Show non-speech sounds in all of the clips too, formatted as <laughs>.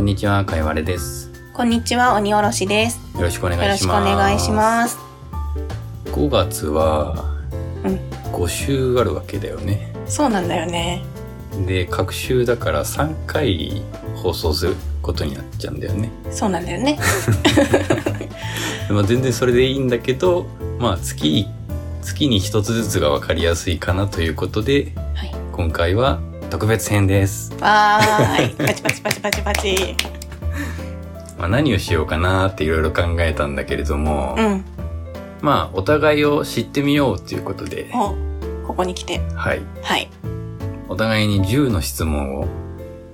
にちは、かいわれです。こんにちは、鬼おろしです。よろしくお願よろいししくおます。願いします。す。5月はうん、 5週あるわけだよね。そうなんだよね。で、各週だから3回放送することになっちゃうんだよね。そうなんだよね。まあ、全然それでいいんだけど、まあ、月、月に1つずつが分かりやすいかなということで、はい今回は特別編です。 <laughs> わーい。パチパチパチパチパチ。まあ、何をしようかなっていろいろ考えたんだけれども、うん。まあ、お互いを知ってみようということで、お、ここに来て。はい。はい。お互いに10の質問を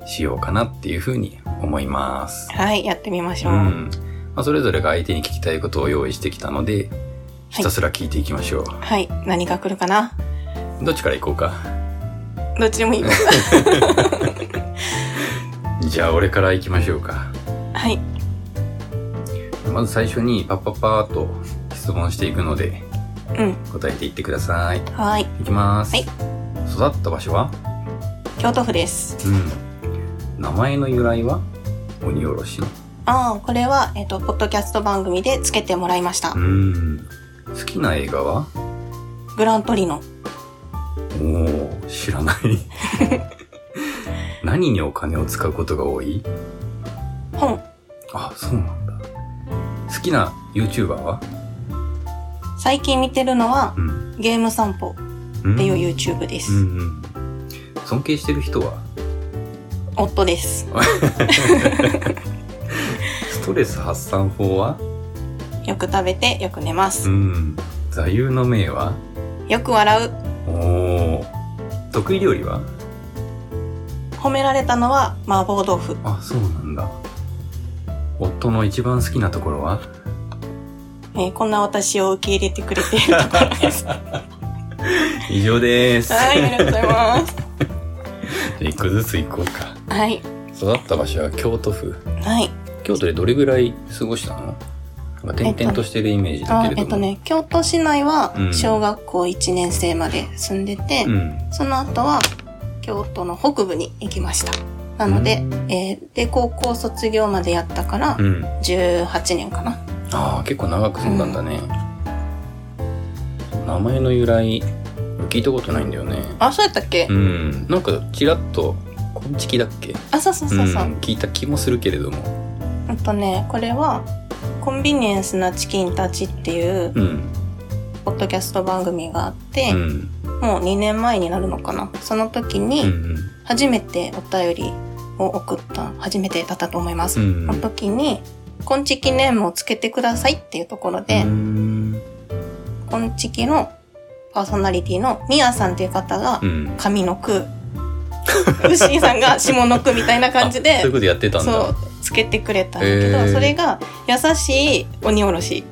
しようかなっていうふうに思います。はい、やってみましうょう。ん。まあ、それぞれが相手に聞きたいことを用意してきたので、ひたすら聞いていきましょう。はい。何が来るかなどっちから行こうか。どっちでもいい。 <laughs> じゃあ、俺から行きましょうか。はい。まず最初にパッパッパーっと質問していくので、うん。答えていってください。はーい。いきます。はい育った場所は京都府です。うん。名前の由来は鬼おろしの。ああ、これは、えっ、と、ポッドキャスト番組でつけてもらいましたう。ん。好きな映画はグラントリノ。おお知らない何にお金を使うことが多い本。あそうなんだ好きな YouTuber は、最近見てるのは、うん、ゲーム散歩っっていう YouTube でうす。んうん尊敬してる人は夫です。ストレス発散法はよく食べて、よく寝ますう。ん座右の銘はよく笑う。おお得意料理は褒められたのは麻婆豆腐あそうなんだ夫の一番好きなところはえーこんな私を受け入れてくれているところ <laughs> ですは以上ですいありがとうございます <laughs> 一個ずつ行こうかはい育った場所は京都府はい京都でどれぐらい過ごしたのなんか転々としてるイメージだあけれえども、っとね京都市内はうん小学校1年生まで住んでて、うんその後は京都の北部に行きましたなのうで、んえーで高校卒業までやったからうん18年かなああ結構長く住んだんだね、名前の由来聞いたことないんだよねあそうやったっけ、うんなんかちらっとこんちきだっけあそうそうそうそう、ん、聞いた気もするけれどもあとねこれはコンビニエンスなチキンたちっていううんポッドキャスト番組があって、うんもう2年前になるのかな。その時うんうに、ん初めてお便りを送った、初めてだったと思いまうす。んその時に、こんちきネームをつけてくださいっていうところでう、んこんちきのパーソナリティのみやさんっていう方がう、ん上の句、ウッシーさんが下の句みたいな感じあそういうで、ことやってたんだそう、つけてくれたんだけへど、ーそれが優しい鬼おろし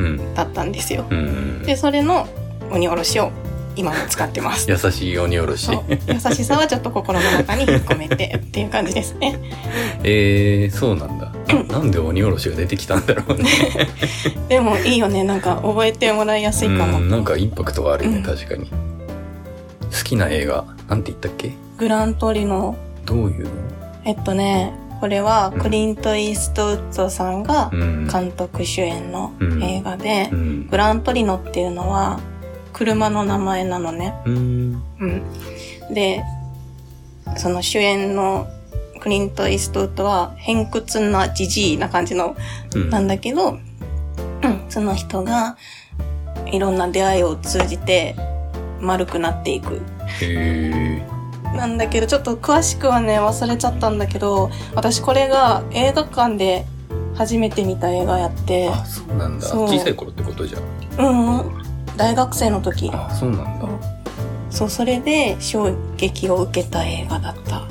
うんだったんですよ。うんで、それの鬼おろしを今も使ってます。優しい鬼おろしそう優しさはちょっと心の中に引っ込めてっていう感じですね。 <laughs> えー、そうなん <laughs> だなんで鬼おろしが出てきたんだろうねでもいいよねなんか覚えてもらいやすいかうもん。なんかインパクトがあるね、うん確かに好きな映画なんて言ったっけグラントリのどういうのえっとねこれはクリント・イーストウッドさんがうん監督主演のうん映画で、うんグラントリノっていうのは車の名前なのね。うんうん、でその主演のクリント・イーストウッドは偏屈なジジイな感じのうんなんだけど、うんその人がいろんな出会いを通じて丸くなっていく。へなんだけど、ちょっと詳しくはね、忘れちゃったんだけど、私これが映画館で初めて見た映画やっー、てあそうなんだそう小さい頃ってことじゃうんうん、大学生の時。あそうなんだそう、それで衝撃を受けた映画だった。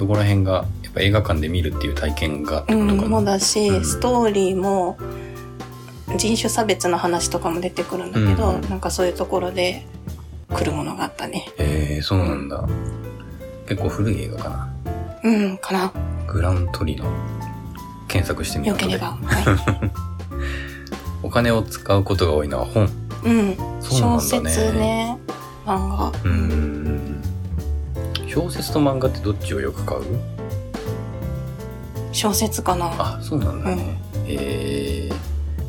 どこら辺がやっぱ映画館で見るっていう体験がってうことん、かな、もだし、うんストーリーも、人種差別の話とかも出てくるんだけど、うんなんかそういうところで来るものがあったね。へえそうなんだ結構古い映画かなうん、かな。グラントリノ検索してみるよこけとれでば。はお金を使うことが多いのは本い。うん。そうなんだね小説ね。漫画。うーん小説と漫画ってどっちをよく買う小説かな。あそうなんだね、え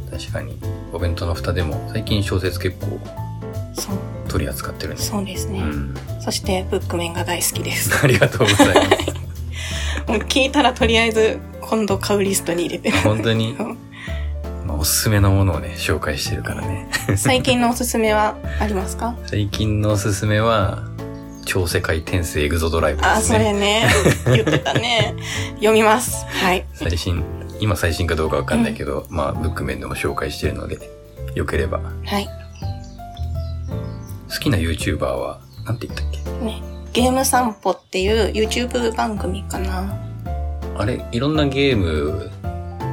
ー、確かにお弁当の蓋でも最近小説結構そう、取り扱ってるねそうですね。うん、 <laughs> そして、ブックメンが大好きです。 <laughs> ありがとうござい <laughs> ますもう聞いたらとりあえず、今度買うリストに <laughs> 入れてる。本当に、まあ、おすすめのものをね紹介してるからね最近のおすすめはありますか最近のおすすめは超世界転生エグゾドライブであ、すそれねね。言ってた <laughs> ね。読みます。はい。最新今最新かどうかわかんないけど、まあブック面でも紹介してるのでよければはい。好きな YouTuber はなんて言ったっけね。ゲーム散歩っていう YouTube 番組かな。あれいろんなゲーム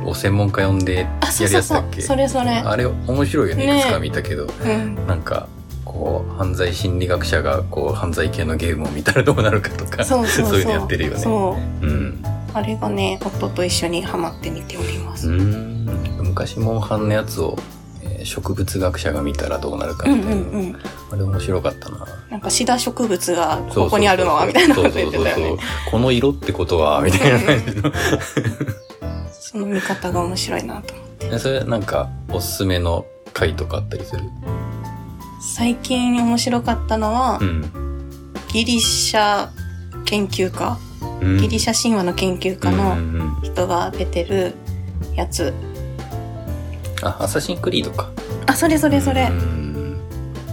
を専門家呼んでやるあ、やつそうそうそだっう。けそれそれ。あれ面白いよねねいくつか見たけど、うん。なんかこう犯罪心理学者がこう犯罪系のゲームを見たらどうなるかとかそうそうそう。いうのやってるよねそう。うんあれがね、夫と一緒にハマって見ておりまうす。ーん昔モンハンのやつを、えー植物学者が見たらどうなるかうんみうたいな、んうん。あれ面白かったななんかシダ植物がそうそうそうここにあるのはみたいなことそ言っうてそうたそうよそうね。この色ってことはみたいな感じのその見方が面白いなと。えそれなんかおすすめの回とかあったりする最近面白かったのはう、ん、ギリシャ研究家、うん、ギリシャ神話の研究家うんのうんうん人が出てるやつ。あアサシンクリードかあ、それそれそれう。ん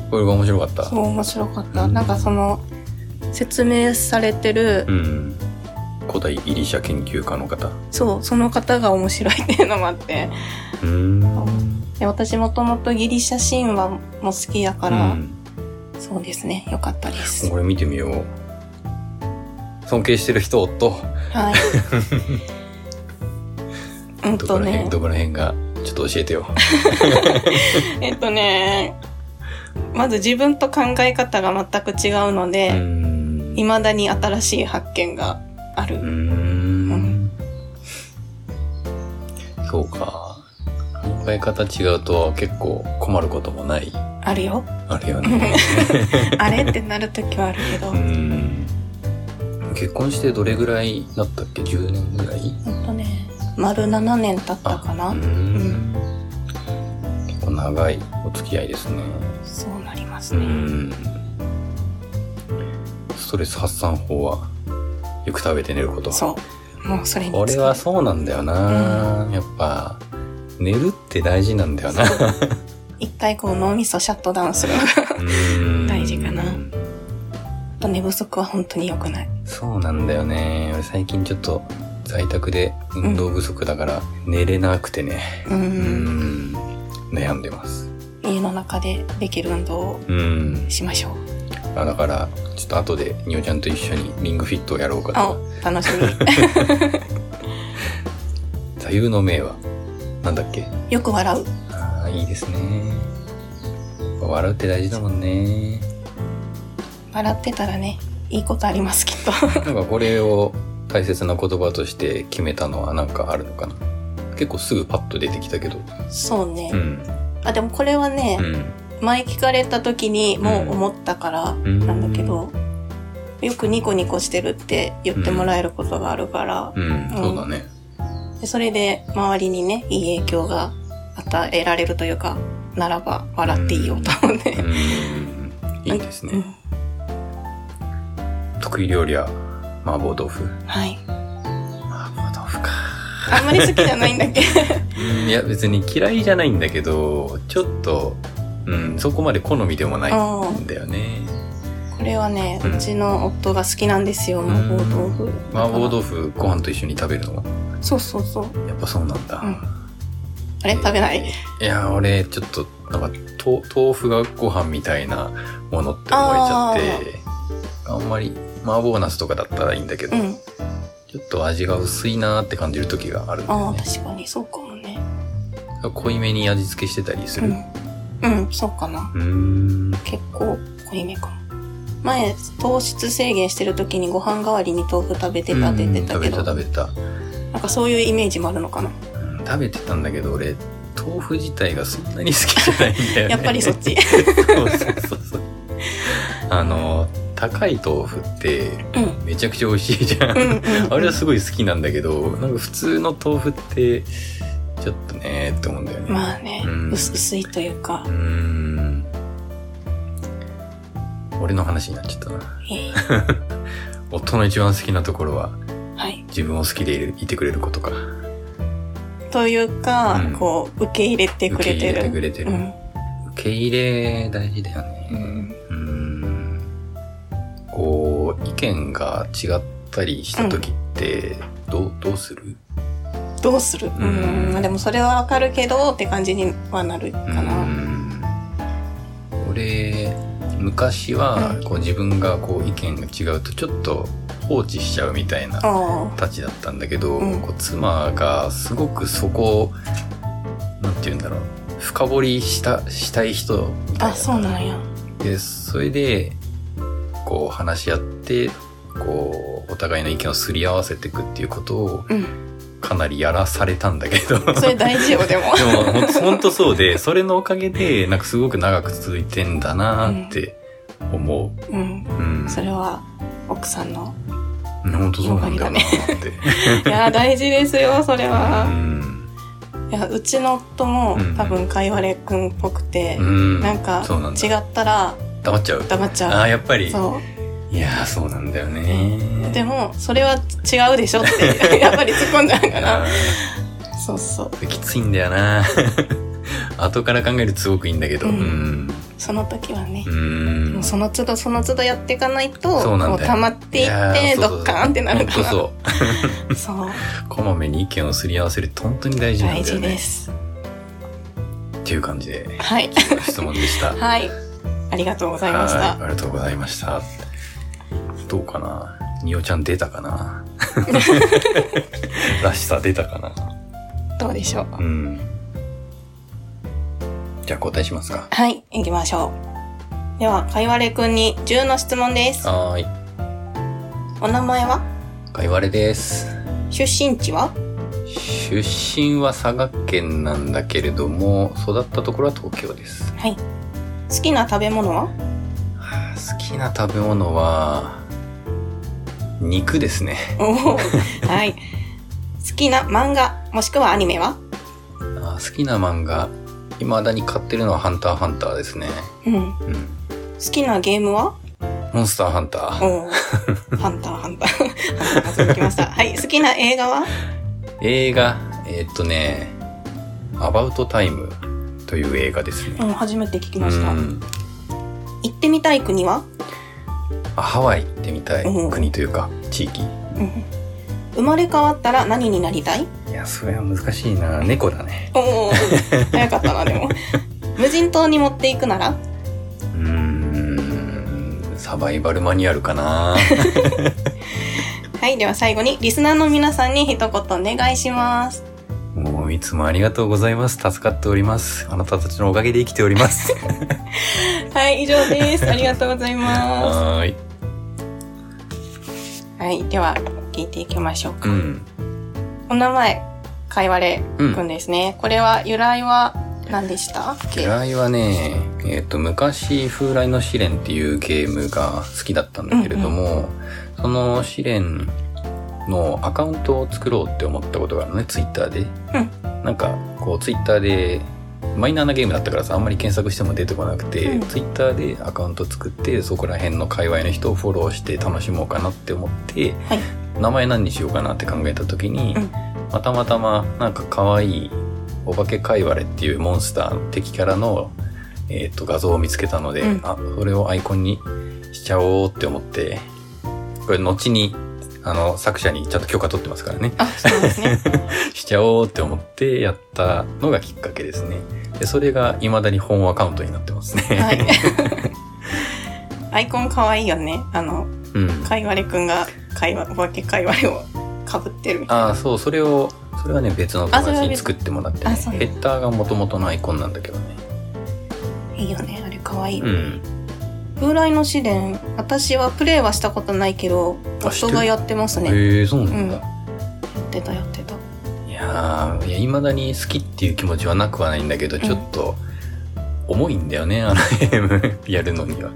これが面白かったそう、面白かった。うんなんかその、説明されてる、うん古代ギリシャ研究家の方そう、その方が面白いっていうのもあって。うんで私もともとギリシャ神話も好きやから、うん、そうですね。よかったです。これ見てみよう尊敬してる人夫はい。 <laughs> うんどことら辺、ね。どこら辺がちょっと教えてよ。えっとね、まず自分と考え方が全く違うのうーで、んいまだに新しい発見があうる。ー。うんそうか。考え方違うと結構困ることもない。あるよ。あれよ <laughs> ね。あれってなるときはあるけど、うーん。結婚してどれぐらいだったっけ ?10 年ぐらいほんとね、丸7年経ったかなうー。ん。結構長いお付き合いですね。そうなりますうーん。ね。ストレス発散法は、よく食べて寝ること。そう。もうそれにこれはそうなんだよな、やっぱ寝るって大事なんだよな一回こう脳みそシャットダウン <laughs> する。うん大事かなあと寝不足は本当に良くない。そうなんだよね俺最近ちょっと在宅で運動不足だから寝れなくてねう。うんん悩んでます家の中でできる運動をうんしましょう。あだからちょっと後でにおちゃんと一緒にリングフィットをやろうかあと、楽しみ。座右の銘はなんだっけよく笑う。ああいいですね笑うって大事だもん <laughs> ね笑ってたらね、いいことあります、きっと。なんかこれを大切な言葉として決めたのはなんかあるのかな結構すぐパッと出てきたけど。 <laughs> そうね。うん。あ、でもこれはねう、ん。前聞かれた時にもう思ったからんなんだけど、よくニコニコしてるって言ってもらえることがあるから、うん。そうだね。でそれで周りにね、いい影響が与えられるというか、ならば笑っていいよと思って。うん。いいですうね。ん得意料理は麻婆豆腐。はい。麻婆豆腐か。あんまり好きじゃないんだっけ <laughs> いや別に嫌いじゃないんだけど、ちょっと、うん、そこまで好みでもないうんんだよね。これはね、うんうちの夫が好きなんですよ、麻婆豆腐。麻婆腐豆腐ご飯と一緒に食べるのがそうそうそう。やっぱそうなんだ。うんあれ食べないいや俺ちょっとなんかと豆腐がご飯みたいなものって思えちゃってあんまり麻婆茄子とかだったらいいんだけうど、ん。ちょっと味が薄いなーって感じる時があるんだあよあ、ね確かにそうかもね。濃いめに味付けしてたりすうるん。うん、そうかな。うーん結構濃いめかも。前、糖質制限してる時にご飯代わりに豆腐食べてたって言ってたけど、うん食べた食べなんかそういうイメージもあるのかな。た、うん食べてたんだけど俺豆腐自体がそんなに好きじゃないんだよねやっぱりそっち。そうそうそうそうあの高い豆腐ってうん。めちゃくちゃ美味しいじゃんう。んうん。あれはすごい好きなんだけど、なんか普通の豆腐って、ちょっとねーって思うんだよね。まあね、うん薄薄いというかうー。ん。俺の話になっちゃったな。え夫の一番好きなところは、ーはい。自分を好きでいるいてくれることか。というか、うんこう、受け入れてくれてる。受け入れてくれてる。うん。受け入れ大事だよね。うんうーんこう、意見が違ったりした時って、どう、どうするどうするんうん。まあでもそれはわかるけど、って感じにはなるかうな。うん。ん。俺、昔はう、こう自分がこう意見が違うとちょっと放置しちゃうみたいなあたちだったんだけど、うんこう妻がすごくそこを、なんて言うんだろう、深掘りした、したい人みたいあ、な。あ、そうなんや。でそれでこう話し合ってこうお互いの意見をすり合わせていくっていうことをうん。かなりやらされたんだけどそれ大事よ、でも。 <laughs> でもほんほんとそうでそれのおかげでなんかすごく長く続いてんだなって思う、うん。うん、それは、奥さんの。ほんとそうなんだよなって、いや、大事ですよ、それはう。んいやうちの夫もうん多分かいわれくんっぽく <laughs> <laughs> て、うん、なんかそうなん違だったら黙っちゃう黙っちあゃあやっぱうりそいやーそうなんだよねうでもそれは違うでしょっ <laughs> てやっぱり突っ込んじゃうかあなーそうそうきついんだよな <laughs> 後から考えるとすごくいいんだけど、ううんん、その時はねう、もんうその都度その都度やっていかないとそうなんだよもう溜まっていっやてードッカーンってなるかそうそうらほんとそそううこまめに意見をすり合わせるって本当に大事なん大だよ事でねすっていう感じではい質問でしたは <laughs> はいありがとうございましいあたりがとうございましたどうかなにおちゃん出たか <laughs> ならしさ出たかなどうでしょううんじゃあ交代しますかはい行きましょうではかいわれくんに10の質問ですはーお名前はいかいわれです出身地は出身は佐賀県なんだけれども育ったところは東京ですはい。好きな食べ物ははあ好きな食べ物は肉ですね <laughs> おお。はい。好きな漫画、もしくはアニメはあ好きな漫画未だに買ってるのは「ハンターハンター」ですね、うん。好うん、きなゲームはモンスターハンター <laughs> おお。ハンター、ハンター。ハンターが続きました。 <laughs> はい。好きな映画は映画えーっとね「アバウトタイム」という映画ですうね、ん、初めて聞きうました。行ん、ってみたい国はあハワイ行ってみたいうん国というか地域うん。生まれ変わったら何になりたいいやそれは難しいな猫だねおお。早かったな、で <laughs> も。無人島に持っていくならうーんサバイバルマニュアルか <laughs> なはい。では最後に、リスナーの皆さんに一言お願いします。もういつもありがとうございます助かっておりますあなたたちのおかげで生きておりますはい、以上 <laughs> です。ありがとうございます。はーい。はい、では聞いていきましょううか。ん。お名前、かいわれうんくんですね。これは由来は何でしたっけ由来はね、えっ、と、昔、風来の試練っていうゲームが好きだったんだけれども、その試練のアカウントを作ろうって思ったことがあるのね、ツイッターで。なんか、こう、ツイッターで、マイナーなゲームだったからさ、あんまり検索しても出てこなくて、うんツイッターでアカウント作って、そこら辺の界隈の人をフォローして楽しもうかなって思って、はい名前何にしようかなって考えた時に、うんまたまたま、なんか可愛い、お化けかいわれっていうモンスターの敵キャラの、えー、と画像を見つけたので、うんあそれをアイコンにしちゃおうって思ってこれ後にあの作者にちゃんと許可取ってますからね <laughs> あ、そうです <laughs> ね。しちゃおうって思ってやったのがきっかけですねでそれが未だに本アカウントになってますね、はい。アイコン可愛いよね。あの、 <laughs> うん、かいわれくんが、かいわ、お化けかいわれをかぶってるみたいああそうそれをそれはね別の友あそれ達はに別作ってもらって、あね、そうなんヘッダーが元々のアイコンなんだけどねな。いいよね。あれ可愛い。うん風来の試練、私はプレイはしたことないけど、あ知って夫るがやってますね。やへえそうなんだ、ってた、やってた。いやーいまだに好きっていう気持ちはなくはないんだけど、んちょっと重いんだよねあのゲームやるのには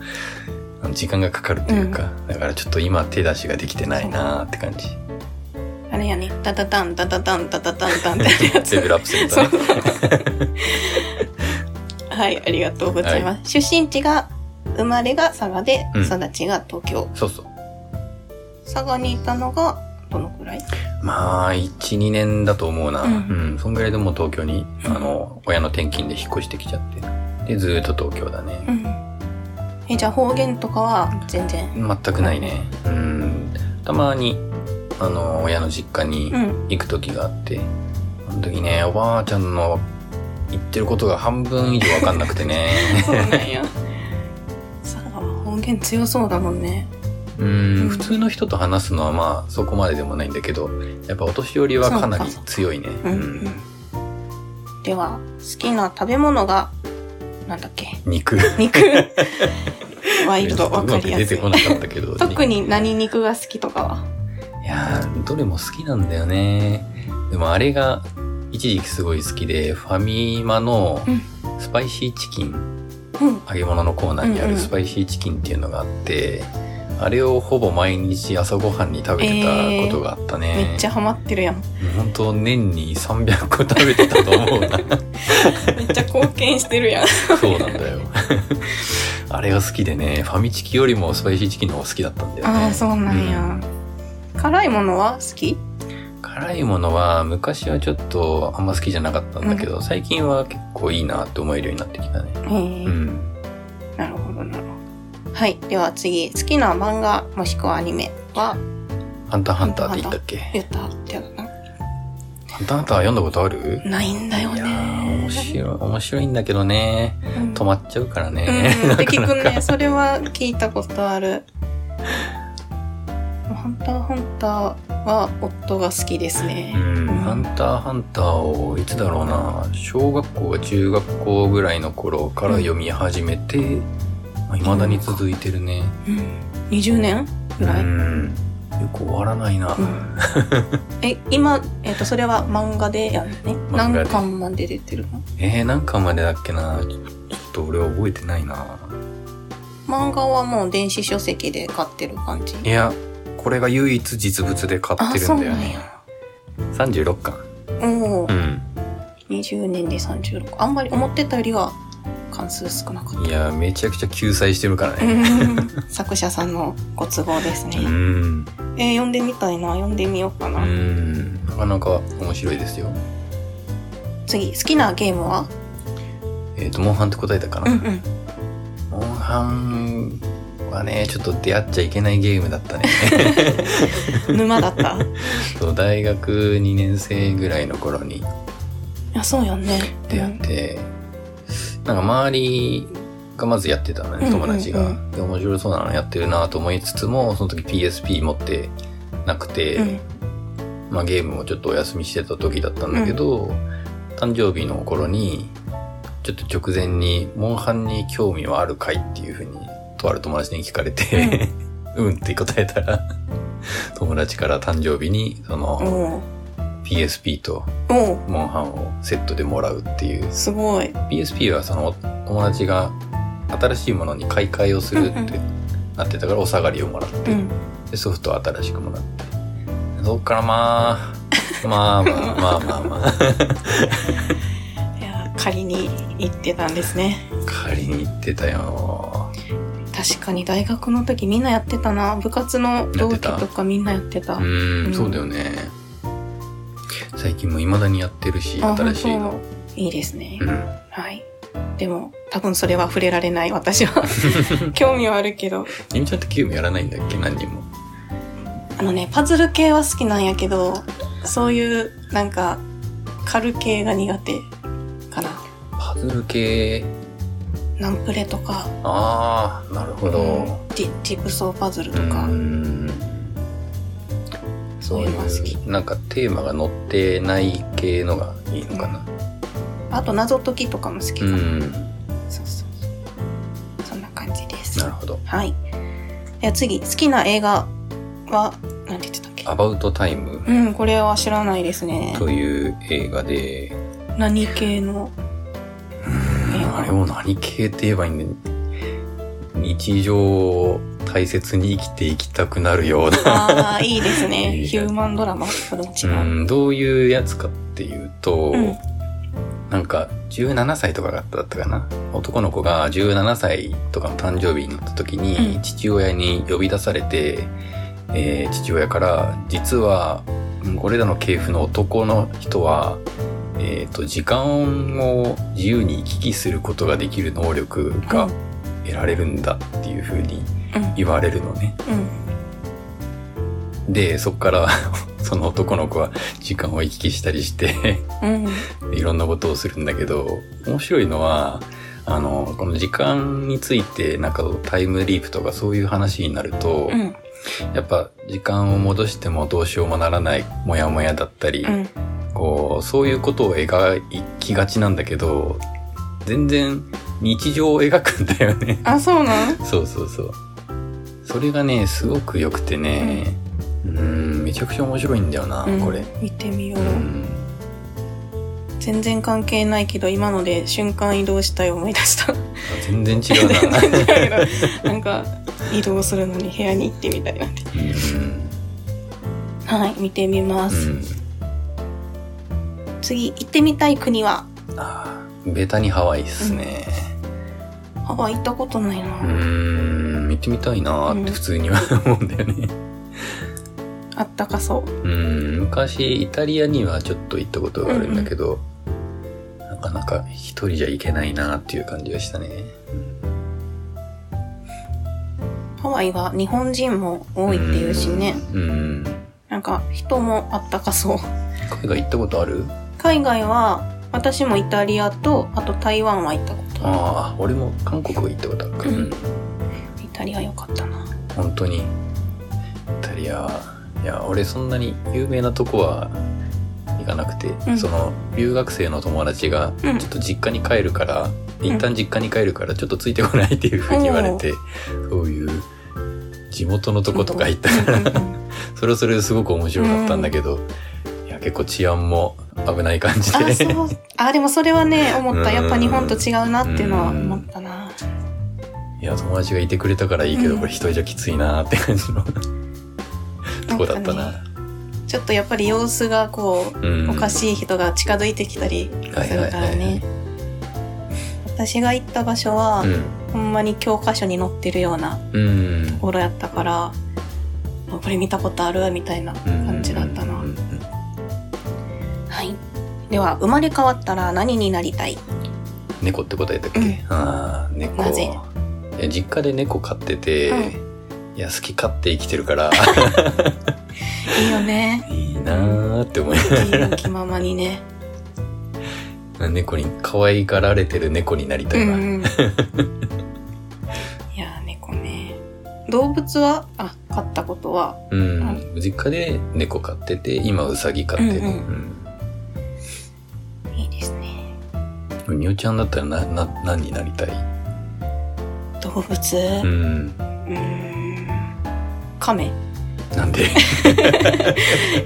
あの時間がかかるというか、だからちょっと今手出しができてないなーって感じ。あれやね、ダダダン、ダダダン、ダダダンダンってや <laughs> つ。レベルアップするとね。はい、ありがとうございます。出身地が、生まれが佐賀で、うん育ちが東京。そうそう。佐賀にいたのが、どのくらいまあ、1、2年だと思うな。ううんん、そんぐらいでもう東京に、あうんの、親の転勤で引っ越してきちゃって。で、ずーっと東京だね。ん。え、じゃあ方言とかは全然。全くないね。うん。たまに、あの、親の実家にうん。行く時があって、あの時ね、おばあちゃんの言ってることが半分以上わかんなくてね。そうなんや。佐賀は方言強そうだもんね。うんうん普通の人と話すのはまあそこまででもないんだけどやっぱお年寄りはかなり強いねうん。うんうん、では、好きな食べ物が、なんだっけ肉 <laughs> 肉ワイルド、わかりやす出て。いこなかったけど特に何肉が好きとかはいやーどれも好きなんだよねでもあれが一時期すごい好きでファミマのうんスパイシーチキン、うん。揚げ物のコーナーにあうんうるんスパイシーチキンっていうのがあって、あれをほぼ毎日朝ごはんに食べてたことがあったね、めっちゃハマってるやん。本当年に300個食べてたと思う <laughs> なめっちゃ貢献してるやん。そうなんだよ。 <laughs> あれが好きでね、ファミチキよりもスパイシーチキンの方が好きだったんだよね。 <laughs> ああ、そうなんや。辛いものは好き辛いものは昔はちょっとあんま好きじゃなかったんだけど、最近は結構いいなって思えるようになってきたね。えうーん。なるほどなるほど。はい。では次、好きな漫画もしくはアニメは、ハンターハンターって言ったっけ言ったってやだな。ハンターハンター読んだことあるないんだよいねや。ー面白い、面白いんだけどね。うん止まっちゃうからね。うん、なってか聞なくか。ね。それは聞いたことある。ハンターハンターは夫が好きですうね。ん、ハンターハンターをいつだろうな小学校中学校ぐらいの頃から読み始めていまあ、未だに続いてるねうん、20年うぐらい、んよく終わらないな、うんえ、今、えっ、と、それは漫画でやんね。漫画で何巻まで出てるのえー、何巻までだっけなちょちょっと俺覚えてないな漫画はもう電子書籍で買ってる感じ。いやこれが唯一実物で買ってるんだよねあ36巻おお、うん20年で36。あんまり思ってたよりは関数少なかっいやめちゃくちゃ救済してるからた。うねん <laughs> 作者さんのご都合ですね。うんえー読んでみたいな。読んでみようかうな。んなかなか面白いですよ次、好きなゲームはえっ、とモンハンって答えたかな、うんうん。モンハンはねちょっと出会っちゃいけないゲームだ <laughs> ったね沼だ <laughs> った。そう大学2年生ぐらいの頃にあ、そうよね。出会って、なんか周りがまずやってたのね友達が、うんうんうで面白そうなのやってるなと思いつつもその時 PSP 持ってなくて、うん。まあ、ゲームもちょっとお休みしてた時だったんだけど、誕生日の頃にちょっと直前に「モンハンに興味はあるかい?」っていうふうにとある友達に聞かれて「 <laughs> うん」って答えたら友達から誕生日にそうん。のお PSP とーおーモンハンをセットでもらうっていうすごい。 PSP はその友達が新しいものに買い替えをするってなってたからお下がりをもらってうん。でソフトを新しくもらってそっからま <laughs> あまあまあまあまあまあいやー、仮に行ってたんですね。借りに行ってたよ確かに大学の時みんなやってたな部活の同期やってとかみんなやってたうーん、うんそうだよね最近も未だにやってるしあ新しいの本当いいですね、うんはいでも多分それは触れられない <laughs> 私は興味はあるけどゆみちゃんってゲームやらないんだっけ何人もあのねパズル系は好きなんやけどそういうなんかカル系が苦手かなパズル系ナンプレとかああなるほどジジグソーパズルうとーか、んそういうのが好きなんかテーマが載ってない系のがいいのかなあと謎解きとかも好きうかな、んそうそうそんな感じですなるほどはい。では次、好きな映画は、なんて言ってたっ「けアバウトタイム」うん、これは知らないですね。という映画で、何系のあれを何系って言えばいいんだ日常を大切に生きていきたくなるような、 <laughs> ああ、いいですね。いいヒューマンドラマそれも違うう。ん、どういうやつかっていうと、うんなんか17歳とかだったかな男の子が17歳とかの誕生日になった時に、うん父親に呼び出されて、えー父親から「実はうん俺らの系譜の男の人は、えー、と時間を自由に行き来することができる能力がうん得られるんだ」っていうふうにうん。言われるのね。うん。で、そこから、 <laughs> その男の子は時間を行き来したりして、うん。いろんなことをするんだけど、面白いのは、あの、この時間について、なんかタイムリープとかそういう話になると、うん。やっぱ時間を戻してもどうしようもならないモヤモヤだったり、うん。こう、そういうことを描きがちなんだけど、全然日常を描くんだよね。 <laughs> あ、そうなんそうそうそう。それがね、すごく良くてね、うーん、めちゃくちゃ面白いんだよな、うんこれ。見てみようう。ん。全然関係ないけど、今ので瞬間移動したい思い出した。全然違うな。 <laughs> だけど、なんか、移動するのに部屋に行ってみたいなって。はい、見てみまうす。ん。次、行ってみたい国はうん、あーベタにハワイっすね。ハワイ行ったことないうーな。ん、行ってみたいなーって普通には思うんだよね。あったかそう。うん、昔イタリアにはちょっと行ったことがあるんだけど、なかなか一人じゃ行けないなーっていう感じがしたね。ハワイは日本人も多多いっていうしね。。うん。なんか、人もあったかそう。 <laughs> 海外行ったことある海外は、私もイタリアと、あと台湾は行ったことあああ、俺も韓国は行ったことあるから。うんうんる。イタリア良かったな。本当にイタリアいや俺そんなに有名なとこは行かなくて、うんその留学生の友達がちょうんっと実家に帰るから、ん一旦実家に帰るからちょっとついてこないっていうふうに言われて、そういう地元のとことか行ったから、うんうんうん <laughs> それはそれですごく面白かったんだけど、いや結構治安も危ない感じあ、でそう。あ、でもそれはね、思った。やっぱ日本と違うなっていうのは思ったな。いや友達がいてくれたからいいけど、うんこれ一人じゃきついなーって感 <laughs> じのとこだったなんかな。ねちょっとやっぱり様子がこう、うんおかしい人が近づいてきたりするからね。私が行った場所は、うんほんまに教科書に載ってるようなうんところやったから、あこれ見たことあるみたいな感じだったな。うんはい。では、生まれ変わったら何になりたい猫って答えたっけ、うんああ猫なぜいや実家で猫飼ってて、いや好き勝手生きてるからいいよね。いいなーって思い自由気ままにね。猫に可愛がられてる猫になりたいわ、うんうん、いやー猫ね動物はあ飼ったことはうん実家で猫飼ってて今ウサギ飼ってる、ううんんういいですねみおちゃんだったらなな何になりたい動物ううーんんカメなんでい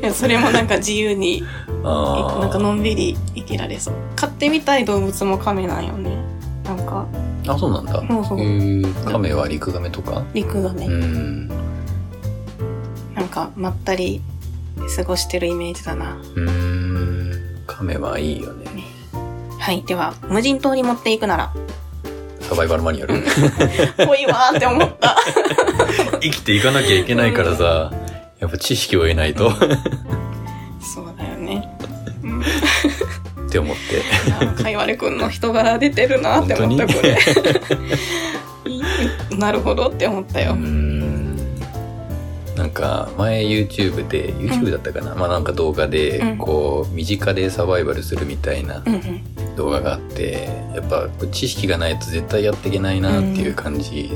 や <laughs> それもなんか自由にあなんかーのんびり生きられそう飼ってみたい動物もカメなんよねなんかあそうなんだそうそうえーカメは陸ガメとか陸がね、うんなんかまったり過ごしてるイメージだなうんカメはいいよねはいでは無人島に持っていくな <laughs> らサバイバルマニュアルぽいわーって思 <laughs> った <laughs> 生きていかなきゃいけないからさ、やっぱ知識を得ないとそうだよね、うんって思って。あーかいわれくんの人柄出てるなって思った本当こにれ <laughs> なるほどって思ったうーよ、ん。なんか前 YouTube で、YouTube だったかな、まあなんか動画でうん、こう、身近でサバイバルするみたいなうんうん、動画があって、やっぱ知識がないと絶対やっていけないなっていう感じ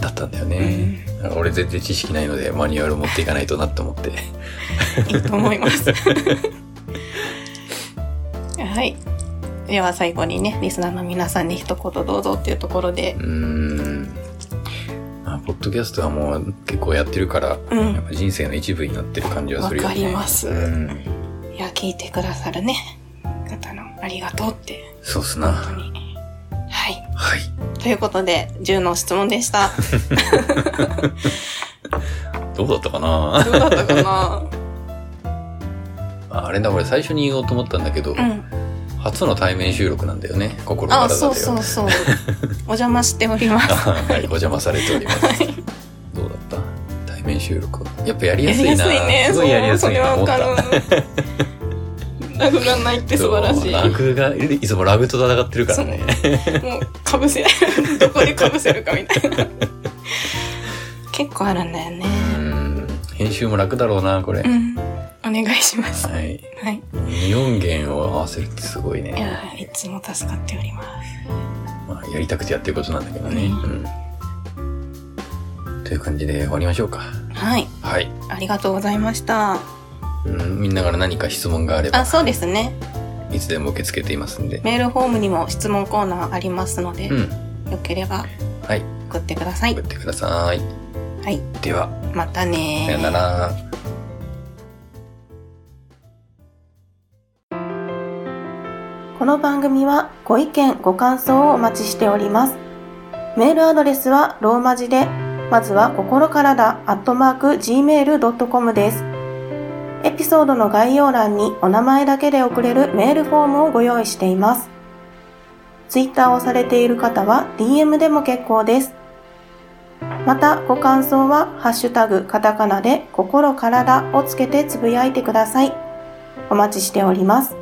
だったんだよね。だから俺全然知識ないのでマニュアルを持っていかないとなって思って。いいと思います <laughs> はいでは最後にねリスナーの皆さんに一言どうぞっていうところでうーん。まあ、ポッドキャストはもう結構やってるから、うんやっぱ人生の一部になってる感じはわするよね。かります、うん、いや聞いてくださるね方のありがとうってそうっす本な。当にはいはい。ということで、10の質問 <laughs> でした。どうだったかなどうだったかなあれだ、俺最初に言おうと思ったんだけど、うん。初の対面収録なんだよね。心からあ、だそうよ。そうそう。お邪魔しておりま <laughs> す。はい、お邪魔されております。どうだった対面収録。やっぱやりややすりいやす。ないね。すごいやりやすいな。そ思うっそれた。は可能。ラグがないって素晴らしい。ラグが、いつもラグと戦ってるからね。もう、かぶせ、 <laughs> どこでかぶせるかみたいな。結構あるんだよね。うん。編集も楽だろうな、これ。うん。お願いします。はい。はい。 2音源を合わせるってすごいいね。やーいつも助かっております。まあ、やりたくてやってることなんだけどね。うん。という感じで終わりましょうか。はい。はい。ありがとうございました。うん、みんなから何か質問があればあ、、そうですね。いつでも受け付けていますんで。メールフォームにも質問コーナーありますので、うん。よければはい。送ってください送っ。てください。はい。では、またねーさよなら。この番組はご意見、ご感想をお待ちしております。メールアドレスはローマ字で、まずは心からだ、アットマーク、gmail.com です。エピソードの概要欄にお名前だけで送れるメールフォームをご用意しています。ツイッターをされている方は DM でも結構です。また、ご感想は、ハッシュタグ、カタカナで、心からだをつけてつぶやいてください。お待ちしております。